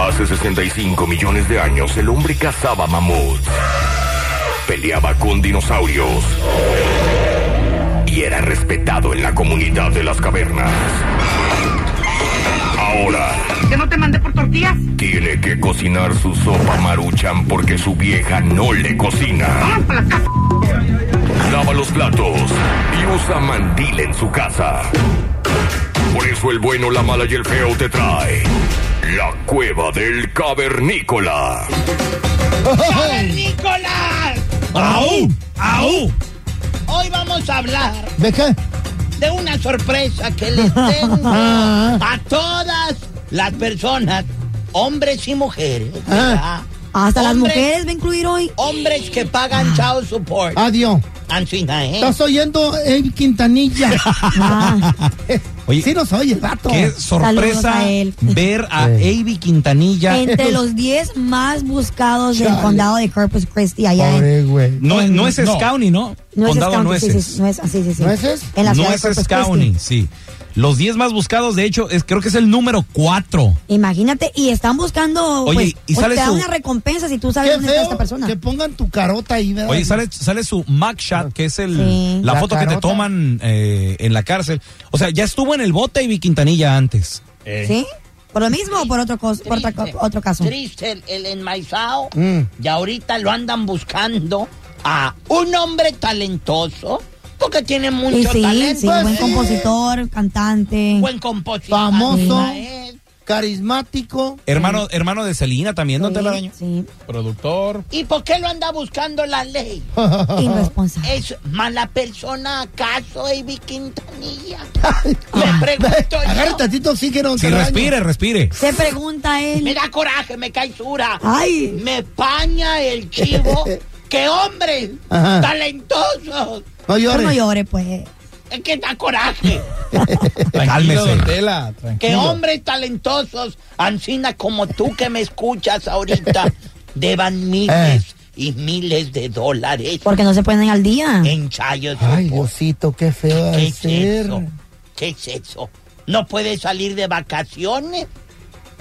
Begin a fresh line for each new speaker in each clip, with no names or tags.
Hace 65 millones de años el hombre cazaba mamuts, peleaba con dinosaurios y era respetado en la comunidad de las cavernas. Ahora
¿Que no te mandé por tortillas?
tiene que cocinar su sopa maruchan porque su vieja no le cocina.
¡Vamos para la casa!
Lava los platos y usa mandil en su casa. Por eso el bueno, la mala y el feo te trae la cueva del cavernícola.
Nicolás!
¡Au! ¡Au!
Hoy vamos a hablar
¿De qué?
de una sorpresa que les tengo
Ah.
a todas las personas, hombres y mujeres.
Ah.
¿verdad?
Hasta las
Hombres-
mujeres va a incluir hoy.
Hombres que
Ah.
pagan child support.
Adiós.
Ancina, ¿eh?
Estás oyendo el Quintanilla.
Ah,
Oye,
Sí nos oye, vato.
qué sorpresa
a él.
ver a Avi Quintanilla.
entre los 10 más buscados del
Chale.
condado de Corpus Christi allá en...
Pobre güey.
No, no es Scowney, ¿no? Condado
County,
Nueces.
Sí, sí, nueces, sí, sí, sí.
¿Nueces?
En la ciudad de
Nueces
Corpus
County,
Christi.
sí. Los 10 más buscados, de hecho, es, creo que es el número 4.
Imagínate, y están buscando,
Oye,
pues,
y
o
sale
te dan
su-
una recompensa si tú sabes
Qué
dónde está
feo
esta persona.
que pongan tu carota ahí, ¿verdad?
Oye, sale, sale su mugshot, que es el,
Sí.
la,
La
foto que te
carota.
toman eh, en la cárcel. O sea, ya estuvo en el bote Avi Quintanilla antes.
¿Sí? ¿Por lo mismo o por otro, cos- por otra co-
Triste,
otro caso?
Triste el, el enmaizao.
Mm.
Y ahorita lo andan buscando a un hombre talentoso, porque tiene
Y
mucho
sí,
talento.
sí,
pues,
buen
sí.
compositor, cantante.
Buen compositor.
Mm. Famoso.
maestro.
Carismático.
Hermano, hermano de Celina también, ¿no te la daño?
Sí,
Productor.
¿Y por qué lo anda buscando la ley?
Ah. irresponsable.
¿Es mala persona acaso, Avi Quintanilla? Le pregunto
Agarra
yo.
tantito oxígeno.
Sí,
Telaraño.
respire, respire.
Se pregunta
Me
él.
da coraje, me cae sura.
Ay.
Me paña el chivo. ¡Qué hombres
Ajá.
talentosos!
No
Tú
llores.
no llores, pues.
Es que da coraje.
Cálmese.
Que hombres talentosos, Ancina como tú que me escuchas ahorita, deban miles
Eh.
y miles de dólares
Porque no se ponen al día.
Eh,
en chayos.
Ay, Diosito, qué feo va
¿Qué
a
es
ser.
eso? ¿Qué es eso? ¿No puedes salir de vacaciones?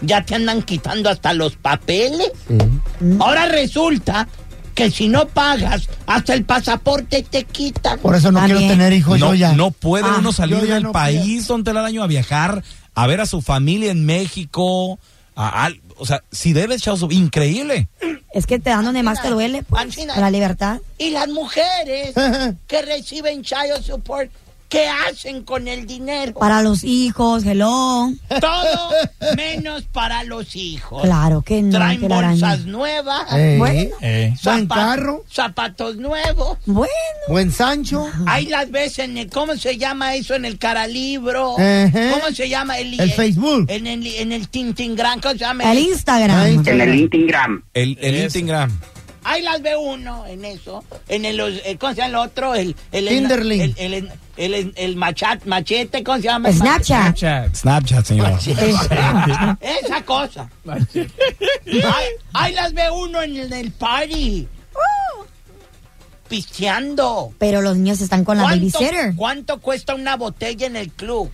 ¿Ya te andan quitando hasta los papeles?
Sí. Mm.
Ahora resulta que si no pagas, hasta el pasaporte te quitan.
Por eso no
También.
quiero tener hijos
no,
yo ya.
no puede
Ah,
uno salir
yo ya
del
no
país, don Telaraño, a viajar, a ver a su familia en México. a- al- o sea, si debes, Chao, increíble.
Es que te dan donde más te duele, pues,
Ancina.
por la libertad.
Y las mujeres que reciben child support, ¿qué hacen con el dinero?
Para los hijos, hello.
Todo menos para los hijos.
Claro que no.
Traen
que la araña.
bolsas nuevas,
Eh,
Bueno.
Buen
zapa-
carro.
zapatos nuevos.
Bueno.
Buen Sancho.
Ahí las ves en el, ¿cómo se llama eso? En el caralibro.
Ejé.
¿Cómo se llama? El,
El Facebook.
En el, en el Tintingrán, ¿cómo se llama?
El Instagram.
Ay,
En el Instagram.
El, el Instagram.
Ahí las ve uno en eso. En el, los- eh, ¿cómo se llama el otro? El, el,
Tinderling.
El, el, el, el, el machat- machete, ¿cómo se llama?
Snapchat.
Snapchat, señora.
Esa cosa. Ahí, ahí las ve uno en el, el party. Pisteando.
Uh. Pero los niños están con la
¿Cuánto,
babysitter.
cuánto cuesta una botella en el club?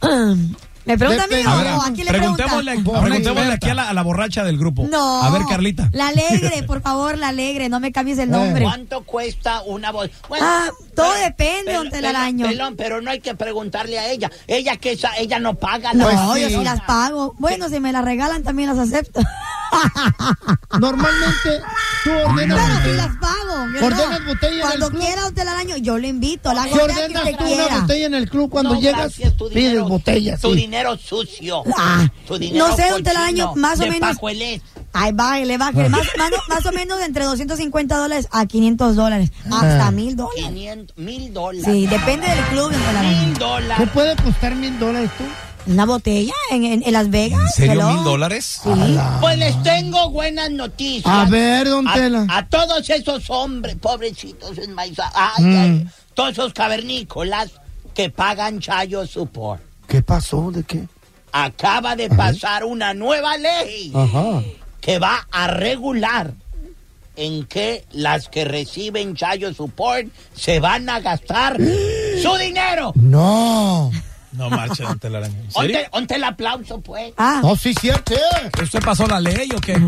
¿Me pregunta a mí
Depende.
o
A ver,
o a quién le
preguntémosle,
pregunta?
preguntémosle aquí a la, a la borracha del grupo.
No.
A ver, Carlita.
La alegre, por favor, la alegre. No me cambies el nombre.
¿Cuánto cuesta una botella?
Ah, todo depende, don Telaraño.
Pelón, pero no hay que preguntarle a ella. Ella que esa, ella no paga.
No,
la
Pues
yo
sí.
sí las pago. Bueno, si me las regalan también las acepto.
Normalmente tú
Pero
ordenas.
sí las pago. ¿verdad?
Ordenas botella en
Cuando
el club.
quiera usted la daño, yo lo invito. La
Si
hago ya
ordenas
que usted
tú una
quiera.
botella en el club cuando
No,
llegas,
gracias, tu
pides
dinero-
botellas.
Tu
sí.
dinero sucio.
Ah,
tu dinero
no sé, don
cochino,
Telaraño, más o
de
menos-
pajuelés.
Ay, bájale,
Ah.
bájale. Más, más, más o menos de entre 250 dólares a 500 dólares.
Ah.
Hasta mil dólares.
500, mil dólares.
Sí, depende del club, don Telaraño.
Mil dólares.
¿Qué puede costar mil dólares tú?
Una botella en, en- en Las Vegas.
¿En serio
hello.
mil dólares?
Sí.
Pues les tengo buenas noticias.
A ver, don
a,
Tela.
a todos esos hombres, pobrecitos enmaizados. Ay, ay,
Mm.
todos esos cavernícolas que pagan Chayo Support.
¿Qué pasó? ¿De qué?
Acaba de pasar una nueva ley
Ah.
Ajá.
que va a regular en que las que reciben Chayo Support se van a gastar su dinero.
No.
No marcha, don Telaraño. ¿En serio?
Onte, onte el aplauso, pues.
Ah,
No, sí, cierto. eh.
¿Usted pasó la ley o
Mm.
qué?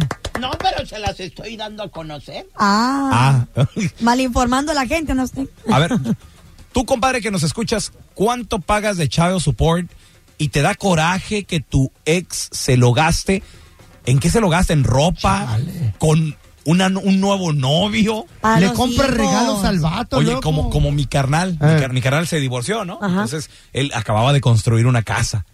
No, pero se las estoy dando a conocer.
ah,
Ah.
mal informando a la gente, no sé.
A ver, tú, compadre, que nos escuchas, ¿cuánto pagas de Child Support y te da coraje que tu ex se lo gaste? ¿En qué se lo gasta? ¿En ropa?
Chale.
¿Con una- un nuevo novio?
A
Le
los
compra
hijos.
regalos al vato,
Oye,
loco.
como, como mi carnal,
Eh.
mi, car- mi carnal se divorció, ¿no?
Ajá.
Entonces, él acababa de construir una casa.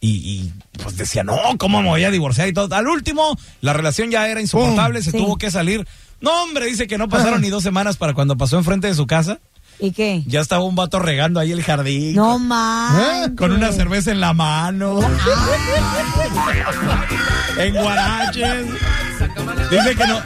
Y, y, pues decía, no, ¿cómo me voy a divorciar y todo? Al último, la relación ya era insoportable, se
Sí.
tuvo que salir. No, hombre, dice que no pasaron ni dos semanas para cuando pasó enfrente de su casa.
¿Y qué?
Ya estaba un vato regando ahí el jardín.
No
con-
más.
Eh, Con una cerveza en la mano. en guaraches. Dice que no.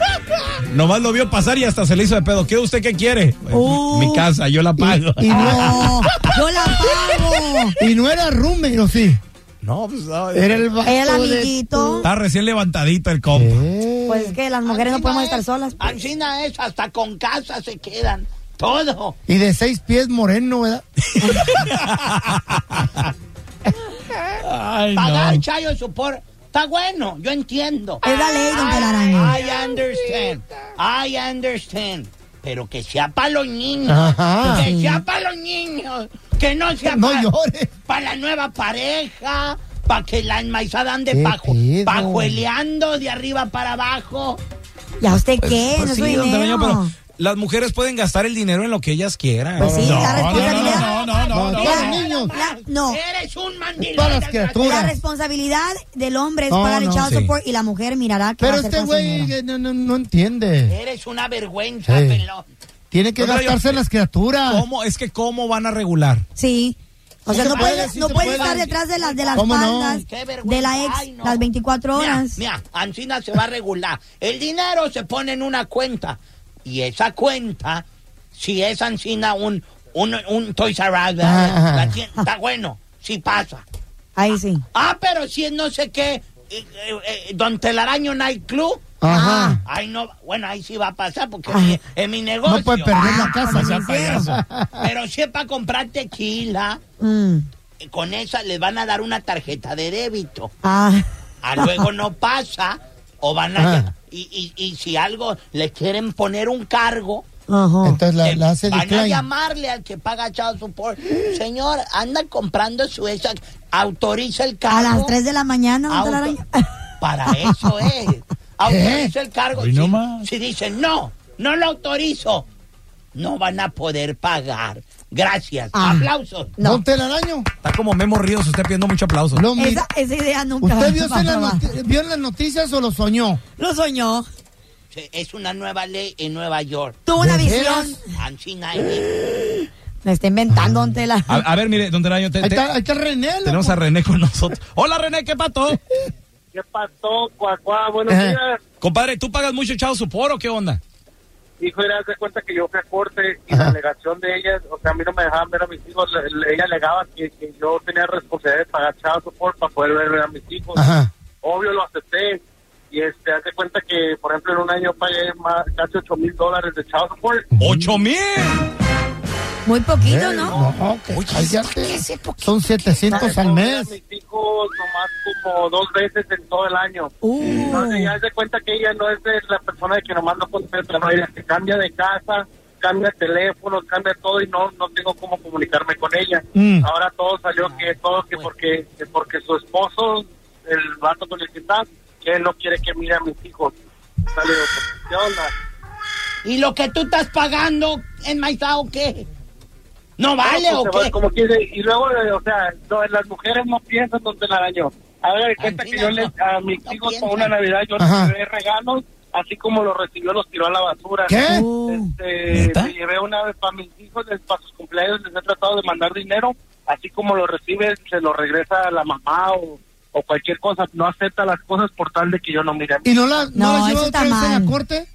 Nomás lo vio pasar y hasta se le hizo de pedo. ¿Qué usted qué quiere? Eh,
Oh.
Mi casa, yo la pago.
Uh, Y no.
Yo la pago.
Y no era roommate, ¿o sí?
No, pues no.
Era el vato
El
de-
amiguito.
Está recién levantadito el compa.
Eh.
Pues es que las mujeres no
Así
podemos
es.
estar solas. pues.
Así no es, hasta con casa se quedan. Todo.
Y de seis pies moreno, ¿verdad?
Ay,
Pagar
no.
Chayo Support está bueno, yo entiendo.
Es la ley, don Telaraño.
I understand. I understand. Pero que sea para los niños.
Ajá.
Que sea para los niños. Que no sea
No
para
llores.
la nueva pareja. Para que la enmaizada ande
¿Qué
pajo,
pedo?
pajueleando de arriba para abajo.
¿Y a usted qué?
Pues
no es
sí,
su
don
dinero.
Tamaño, pero las mujeres pueden gastar el dinero en lo que ellas quieran.
Pues sí, la responsabilidad.
No, no, no, no, no,
Para
la-
los niños.
la- no.
Eres un mandilón.
Para las
desgraciado.
criaturas.
La responsabilidad del hombre es
No,
pagar
no,
el child
sí.
support y la mujer mirará qué va
Pero
a hacer
este
con su
güey
dinero.
eh, no, no, no entiende.
Eres una vergüenza,
Sí.
pelón.
Tiene que
No, pero yo-
gastarse en las criaturas.
¿Cómo? Es que cómo van a regular.
Sí. O
Sí
sea,
se
no
puede,
puede,
sí
no
se
puede
puede.
estar detrás de las de las
¿Cómo no?
faldas
Qué vergüenza.
de la ex
Ay, no.
las 24
Mira,
horas.
Mira, Ancina se va a regular. El dinero se pone en una cuenta. Y esa cuenta, si es Ancina un, un, un Toys R Us, ¿verdad?
Ah.
La tien- está bueno, si pasa.
Ahí sí.
Ah, pero si es no sé qué, eh, eh, eh, Don Telaraño Night Club.
Ajá.
Ay, no, bueno, ahí sí va a pasar porque
Ah.
es, es mi negocio. Ah,
No puede perder
Ah,
la casa.
como sea payaso.
Pero si es para comprar tequila,
Mm.
eh, con esa les van a dar una tarjeta de débito.
Ah.
a luego no pasa o van a
Ah.
y, y, y si algo le quieren poner un cargo
Ajá.
Entonces la,
le-
la hace
van a
decline.
llamarle al que paga child support señor anda comprando su esa autoriza el
a
cargo
las 3 de la mañana, don
auto-
Telaraño.
para eso es autoriza el cargo
Hoy
si,
no más.
si dicen no no lo autorizo no van a poder pagar gracias
Ah.
aplausos
No.
Don Telaraño,
Está como Memo Ríos, usted pidiendo mucho aplauso.
lo mi-
Esa, esa idea nunca
¿usted vio,
va a
en las
probar.
noti- vio en las noticias o lo soñó?
Lo soñó.
Se- es una nueva ley en Nueva York
Tuvo una
¿De
visión.
veras? Ah.
Ancina es-
Me está inventando, don Tela.
A, a ver, mire, don Telaraño, te-
Ahí
te-
está, ahí está René. loco.
tenemos a René con nosotros. Hola, René, ¿qué pato?
¿Qué pasó, cuacuá? Buenos
Ajá.
días.
Compadre, ¿tú pagas mucho chavo supor o qué onda?
Hijo, era de cuenta que yo fui a corte y
Ajá.
la alegación de ellas, o sea, a mí no me dejaban ver a mis hijos. Le- le- Ella alegaba que, que yo tenía responsabilidad de pagar child support para poder ver a mis hijos.
Ajá.
Obvio, lo acepté. Y este, hace cuenta que, por ejemplo, en un año pagué más, casi 8 mil dólares de child support.
¡Ocho mil!
Muy poquito,
Eh,
¿no?
que cállate. Son 700 pues, al
Eso era
mes.
mis hijos nomás como dos veces en todo el año.
Uh.
Entonces ya se cuenta que ella no es de la persona de que nomás no contesta, no, ella se cambia de casa, cambia teléfono, cambia todo y no no tengo cómo comunicarme con ella.
Mm.
Ahora todo salió
Ah,
que todo que porque que porque su esposo, el vato con el que está, que él no quiere que mire a mis hijos. Salió, pues, ¿qué onda?
¿Y lo que tú estás pagando en Maizao qué? ¿No vale
No, pues,
o
se va
qué?
Como quiere, y luego, eh, o sea, no, las mujeres no piensan donde la daño. A ver, de cuenta que
Antina,
yo les,
no,
a mis
no
hijos
piensan.
por una Navidad yo les
Ajá.
llevé regalos, así como los recibió, los tiró a la basura.
¿Qué?
Uh.
Este,
¿Neta?
me llevé una vez para mis hijos, les- para sus cumpleaños, les he tratado de mandar dinero. así como lo recibe, se lo regresa a la mamá o, o cualquier cosa. No acepta las cosas por tal de que yo no mire.
¿Y no la, no
No,
la llevó
eso
otra
está
vez a la
mal.
corte?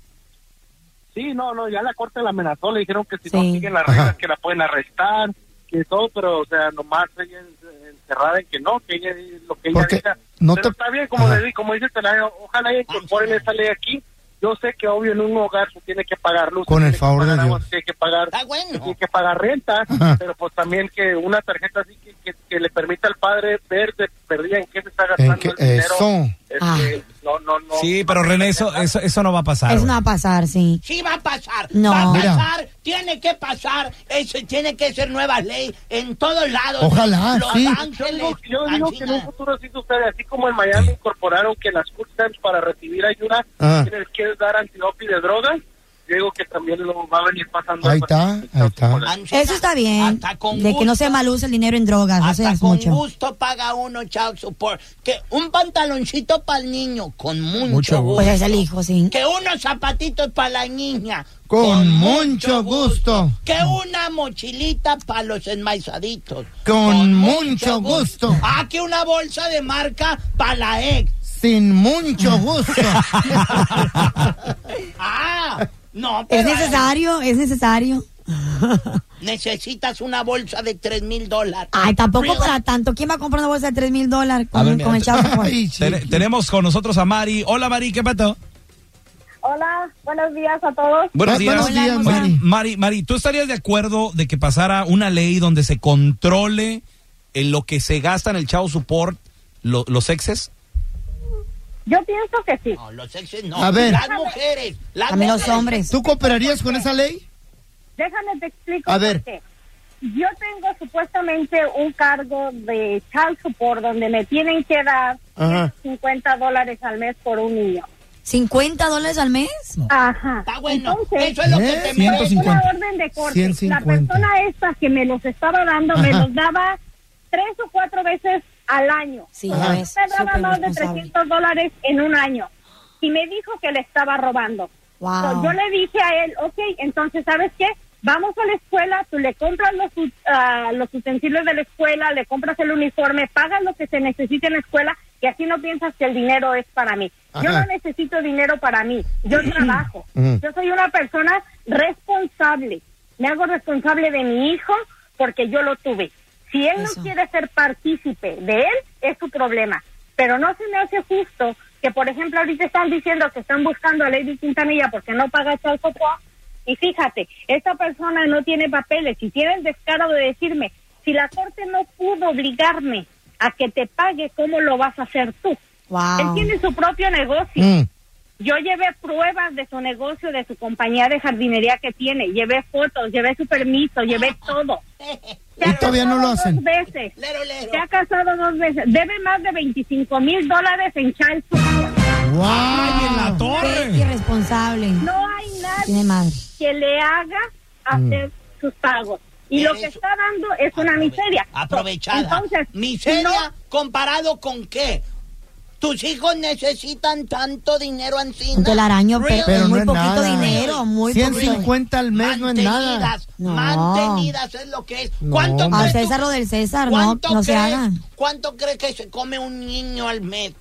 Sí, no, no, ya la corte la amenazó, le dijeron que si no
Sí.
siguen las reglas que la pueden arrestar, que todo, pero o sea, nomás ella en- encerrada en que no, que ella lo que ella
Porque
diga.
no
pero
te-
está bien, como,
Ajá.
le di- como dice Telayo, ojalá ella incorporen esa ley aquí. Yo sé que obvio en un hogar se tiene que pagar luz,
Con
se
el
tiene que
favor de
pagar agua,
Dios.
se tiene que pagar,
Está bueno.
se tiene que pagar renta,
Ajá.
pero pues también que una tarjeta así que, que- que le permita al padre ver de perdida en qué se está gastando
qué-
el dinero.
eso.
Este,
Ah.
no, no, no.
Sí, pero René, eso, eso, eso no va a pasar.
Eso
güey.
no va a pasar, sí.
Sí va a pasar,
No.
va a
Mira.
pasar, tiene que pasar, eso tiene que ser nueva ley en todos lados.
Ojalá,
Los
sí.
Yo
Ángeles,
digo, yo digo que en un
Ancina.
futuro sí sucede, así como en Miami incorporaron que las food stamps para recibir ayuda
Ah.
tienes que dar antidoping de drogas, yo digo que también lo va a venir pasando. pues,
Ahí
algo
está,
así.
ahí está.
Ancina,
Eso está bien.
hasta con
De que no
gusto,
se maluse el dinero en drogas, no
Hasta
seas
con
mucho.
gusto paga uno child support. Que un pantaloncito para el niño, con mucho,
Mucho gusto.
gusto.
Pues es el hijo, sí.
Que unos zapatitos para la niña.
Con mucho gusto.
Que una mochilita para los enmaizaditos.
Con mucho gusto.
Ah, que una bolsa de marca para la ex.
Sin mucho gusto.
Ah, no,
Es
pero
necesario, es necesario.
necesitas una bolsa de tres mil dólares.
Ay, tampoco
Really?
para tanto. ¿Quién va a comprar una bolsa de 3 mil dólares
A ver,
con,
mira,
con el
te-
chavo? support?
Ay, chiqui.
Ten- tenemos con nosotros a Mari. Hola, Mari, ¿qué pato?
Hola, buenos días a todos.
Buenos
Bu-
días.
buenos días,
Oye,
Mari.
Mari, Mari, ¿tú estarías de acuerdo de que pasara una ley donde se controle en lo que se gasta en el chavo support lo- los exes?
Yo pienso que sí.
No, los exes no.
A ver.
Las mujeres. Las
También los
mujeres.
hombres.
¿Tú cooperarías con esa ley?
Déjame te explico.
A
por
ver.
qué. Yo tengo supuestamente un cargo de child support donde me tienen que dar
Ajá.
50 dólares al mes por un niño.
¿50 dólares al mes?
Ajá.
Está Ah, bueno.
Entonces,
Eso es lo que
¿Eh?
te
es
Ciento
mereces.
una
150.
orden de corte.
150.
La persona esta que me los estaba dando me
Ajá.
los daba tres o cuatro veces al año.
Sí,
Ajá.
ya ves.
Me daba
súper
más de
responsable.
300 dólares en un año. Y me dijo que le estaba robando.
Wow.
Yo le dije a él, ok, entonces, ¿sabes qué? Vamos a la escuela, tú le compras los, ut- ah, los utensilios de la escuela, le compras el uniforme, pagas lo que se necesite en la escuela y así no piensas que el dinero es para mí. Yo
Ajá.
no necesito dinero para mí, yo trabajo.
Ujú.
Yo soy una persona responsable. Me hago responsable de mi hijo porque yo lo tuve. Si él
Eso.
no quiere ser partícipe de él, es su problema. Pero no se me hace justo que, por ejemplo, ahorita están diciendo que están buscando a Lady Quintanilla porque no paga child support. Y fíjate, esta persona no tiene papeles y tiene el descaro de decirme, si la corte no pudo obligarme a que te pague, ¿cómo lo vas a hacer tú? Él
Wow.
tiene su propio negocio.
Ah. Mm.
Yo llevé pruebas de su negocio, de su compañía de jardinería que tiene. Llevé fotos, llevé su permiso, llevé todo.
Ah, Y todavía no lo
casado
hacen.
Dos veces.
Lero, lero.
Se ha casado dos veces. Debe más de 25 mil dólares en child support.
¡Ay, en la
¡Wow!
Qué
torre!
irresponsable.
No hay nadie
Tiene madre.
que le haga hacer sus pagos. Y lo que
Eres-
está dando es una
Mm. Aprove-
miseria.
Aprovechada.
Entonces,
miseria
no-
comparado con qué. Tus hijos necesitan tanto dinero encima.
Un telaraño,
Really?
pero,
Pero
muy
no es
poquito
nada.
dinero, muy poquito.
150 al mes no es nada.
Mantenidas,
No.
Mantenidas es lo que es.
No,
¿Cuánto
hombre.
crees
Al
tú-
Ah, César lo del César, no,
cuánto
no se
crees-
hagan.
¿Cuánto crees que se come un niño al mes?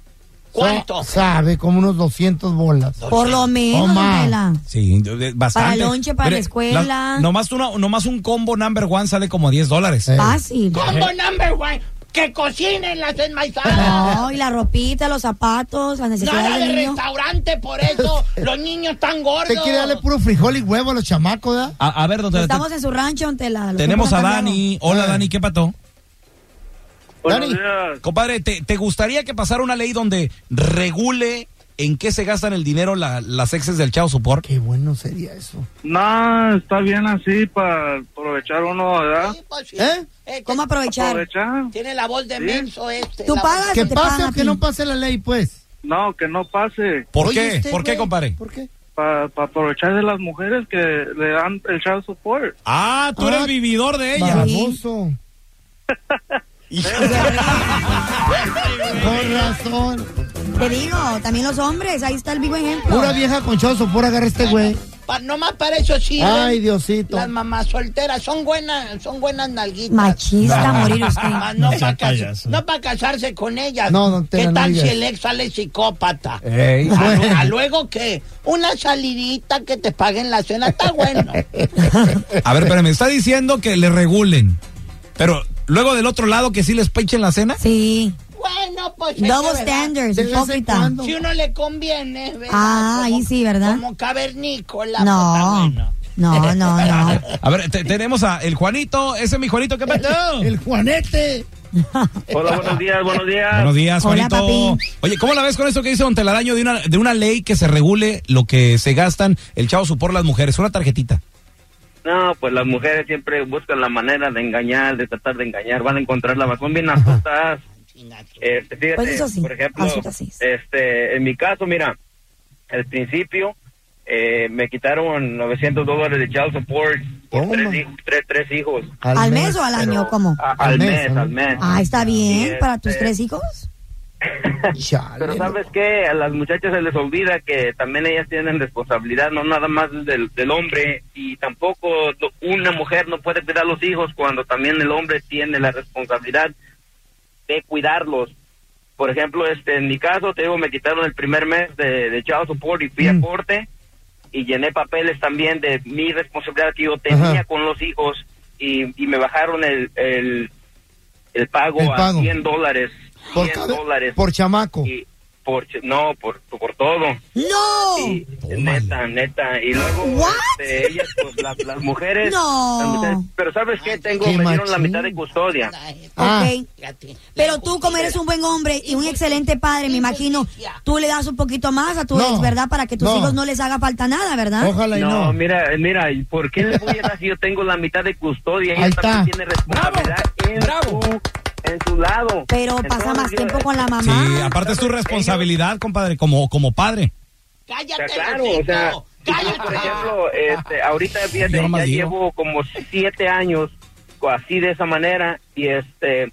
¿Cuánto?
Sa- Sabe, como unos 200 bolas.
Por lo menos,
Toma.
don Tela.
Sí, de- de- bastante.
Para lonche, para la escuela.
nomás, una, nomás un combo number one sale como 10 dólares.
Eh.
Fácil.
Combo number one. Que cocinen las enmaizadas.
No, y la ropita, los zapatos,
Nada
las necesidades
de
del niño.
restaurante, por eso los niños están gordos.
¿Usted quiere darle puro frijol y huevo a los chamacos, da?
A, a ver, don Tela, te-
Estamos Eh. en su rancho, don Tela. los
tenemos a
tiempos han cambiado.
Dani. Hola, Dani, ¿qué pato?
Buenos Dani.
Compadre, ¿te, te gustaría que pasara una ley donde regule en qué se gastan el dinero la- las exes del chavo support?
Qué bueno sería eso.
No, está bien así para aprovechar uno, ¿verdad?
Sí, pues sí.
¿Eh?
Este
¿Cómo aprovechar?
Aprovechar.
Tiene la voz de menso este.
¿Tú
la
pagas?
voz-
Que
te
pase
pagan
o
a
que
ti.
no pase la ley, pues.
No, que no pase.
¿Por
Oye,
qué?
usted,
¿Por qué,
güey,
compadre?
¿Por qué?
Para aprovechar de las mujeres que le dan el child support.
Ah, tú
Ah,
eres vividor de ella.
Baboso. Con razón.
Te digo, también los hombres, ahí está el vivo ejemplo.
Pura vieja con choso, por agarrar este güey.
Pa- nomás para eso sí.
Ay, Diosito.
Las mamás solteras son buenas, son buenas nalguitas.
Machista, morir usted.
Ah, no
No sea
para
payaso.
casarse con ellas.
No, don Tela,
¿Qué
no
tal si
digas.
el ex sale psicópata?
Eh,
Ey.
A, lu- a luego que una salidita que te paguen la cena está bueno.
A ver, pero me está diciendo que le regulen. Pero luego del otro lado que sí les pechen la cena.
Sí.
bueno, pues. es que,
Double
¿verdad?
standards,
De vez en
hipócrita.
cuando.
Si uno le conviene, ¿verdad?
Ah, ahí sí, ¿verdad?
Como cavernícola.
No.
pues, está bueno.
No, no, no.
A ver, te- tenemos a el Juanito, ese es mi Juanito, ¿qué pasó?
El Juanete.
Hola, buenos días, buenos días.
Buenos días,
Hola,
Juanito.
papi.
Oye, ¿cómo la ves con esto que dice Don Telaraño de una, de una ley que se regule lo que se gastan el chavo su por las mujeres? Una tarjetita.
No, pues las mujeres siempre buscan la manera de engañar, de tratar de engañar, van a encontrar la razón bien astutas. Este, fíjate,
Pues eso sí,
por ejemplo,
astutas sí.
este, en mi caso, mira, al principio eh, me quitaron 900 dólares de child support por
Toma.
tres, hij- tres, tres hijos.
¿Al mes o al año?
Pero,
Ah, ¿Cómo?
a- al,
Al mes,
mes,
¿no?
al mes.
Ah, está
Y,
bien. ¿Para tus
este,
tres hijos?
Chale,
Pero sabes qué, a las muchachas se les olvida que también ellas tienen responsabilidad, no nada más del, del hombre, y tampoco lo- una mujer no puede cuidar a los hijos cuando también el hombre tiene la responsabilidad de cuidarlos. Por ejemplo, este, en mi caso, te digo, me quitaron el primer mes de, de child support y
Mm.
fui a corte y llené papeles también de mi responsabilidad que yo tenía
Ajá.
con los hijos y, y me bajaron el, el, el pago
El
a
pago.
100 dólares.
Por,
100
cada-
dólares
por chamaco.
Oh.
y por ch- no por por todo
¡No! Oh,
y neta neta y luego
What?
este, ellas pues la- las mujeres
No.
las mujeres- pero sabes qué tengo
Qué
me dieron la
machín.
mitad de custodia
Ay,
Ah.
Ok.
fíjate.
Pero tú, como eres un buen hombre y un excelente padre, me imagino, tú le das un poquito más a tu
No.
ex, ¿verdad? Para que tus
No.
hijos no les haga falta nada, ¿verdad?
Ojalá y
no,
no.
mira mira ¿y por qué le voy a dar si yo tengo la mitad de custodia
Ahí
ella también
está.
tiene responsabilidad en
Bravo.
su en su lado
Pero pasa
Entonces,
más
yo-
tiempo con la
Sí,
mamá.
aparte es tu responsabilidad, compadre, como, como padre.
Cállate,
O sea, claro,
hocico.
o sea,
cállate.
yo, por ejemplo, este, ahorita fíjate,
Yo nomás
ya
digo.
llevo como siete años co- así de esa manera y este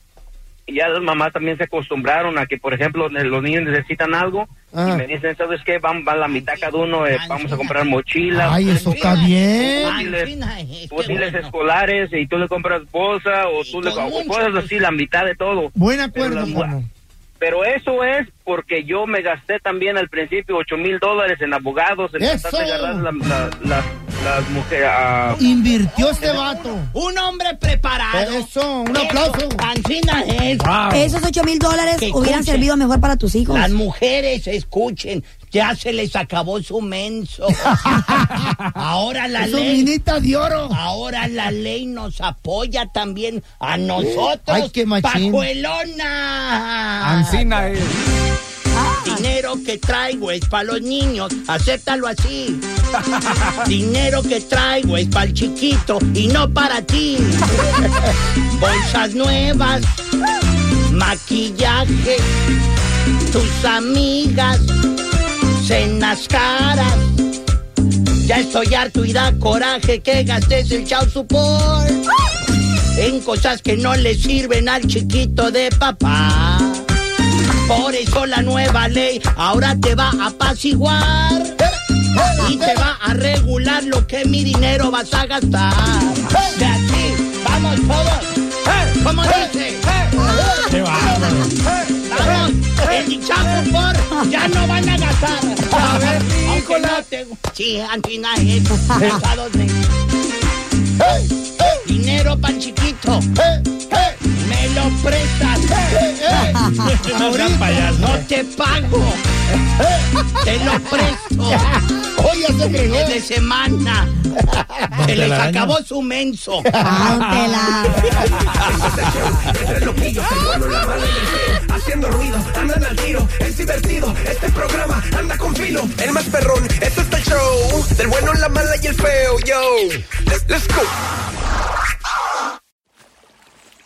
ya las mamás también se acostumbraron a que, por ejemplo, ne- los niños necesitan algo
Ah.
y me dicen, ¿sabes qué? Van, van la mitad cada uno, eh, vamos a comprar mochilas.
Ay, eso está
Mira,
bien.
Ay, mira, este
útiles
bueno.
escolares y tú le compras bolsa o
Y
tú le
con
o
mucho
cosas
gusto.
así la mitad de todo
Buen
Pero
acuerdo,
las-
Juan.
pero eso es porque yo me gasté también al principio 8 mil dólares en abogados, en
¡Eso!
tratar de agarrar la- la- la- las mujeres. ah,
Invirtió este vato.
Un hombre preparado.
Eso, un aplauso.
Ancina es.
Esos ocho mil dólares
Que
hubieran
escuche.
servido mejor para tus hijos.
Las mujeres, escuchen, ya se les acabó su menso. ahora la
Eso,
ley.
minita de oro.
Ahora la ley nos apoya también a nosotros.
Ay, qué machín.
¡Pajuelona! Dinero que traigo es para los niños, acéptalo así. Dinero que traigo es para el chiquito y no para ti. Bolsas nuevas, maquillaje, tus amigas, cenas caras. Ya estoy harto y da coraje que gastes el chau support en cosas que no le sirven al chiquito de papá. Por eso la nueva ley ahora te va a apaciguar y te va a regular lo que mi dinero vas a gastar. De aquí, vamos todos. ¿Cómo dice?
Qué bárbaro.
Vamos, el chapo por ya no van a gastar. A ver, aunque no te Sí, Antina es pesado de- Dinero pan chiquito, me lo prestas.
No sean
No
payasos.
te pago. Te lo presto.
Oye, se agregó.
Es de semana. Se les
Telaraño.
acabó su menso.
Ah, don Tela.
Haciendo ruido, andan al tiro, es divertido, este programa anda con filo. El más perrón, esto está el show, del bueno, la mala y el feo, yo. Let's, let's go.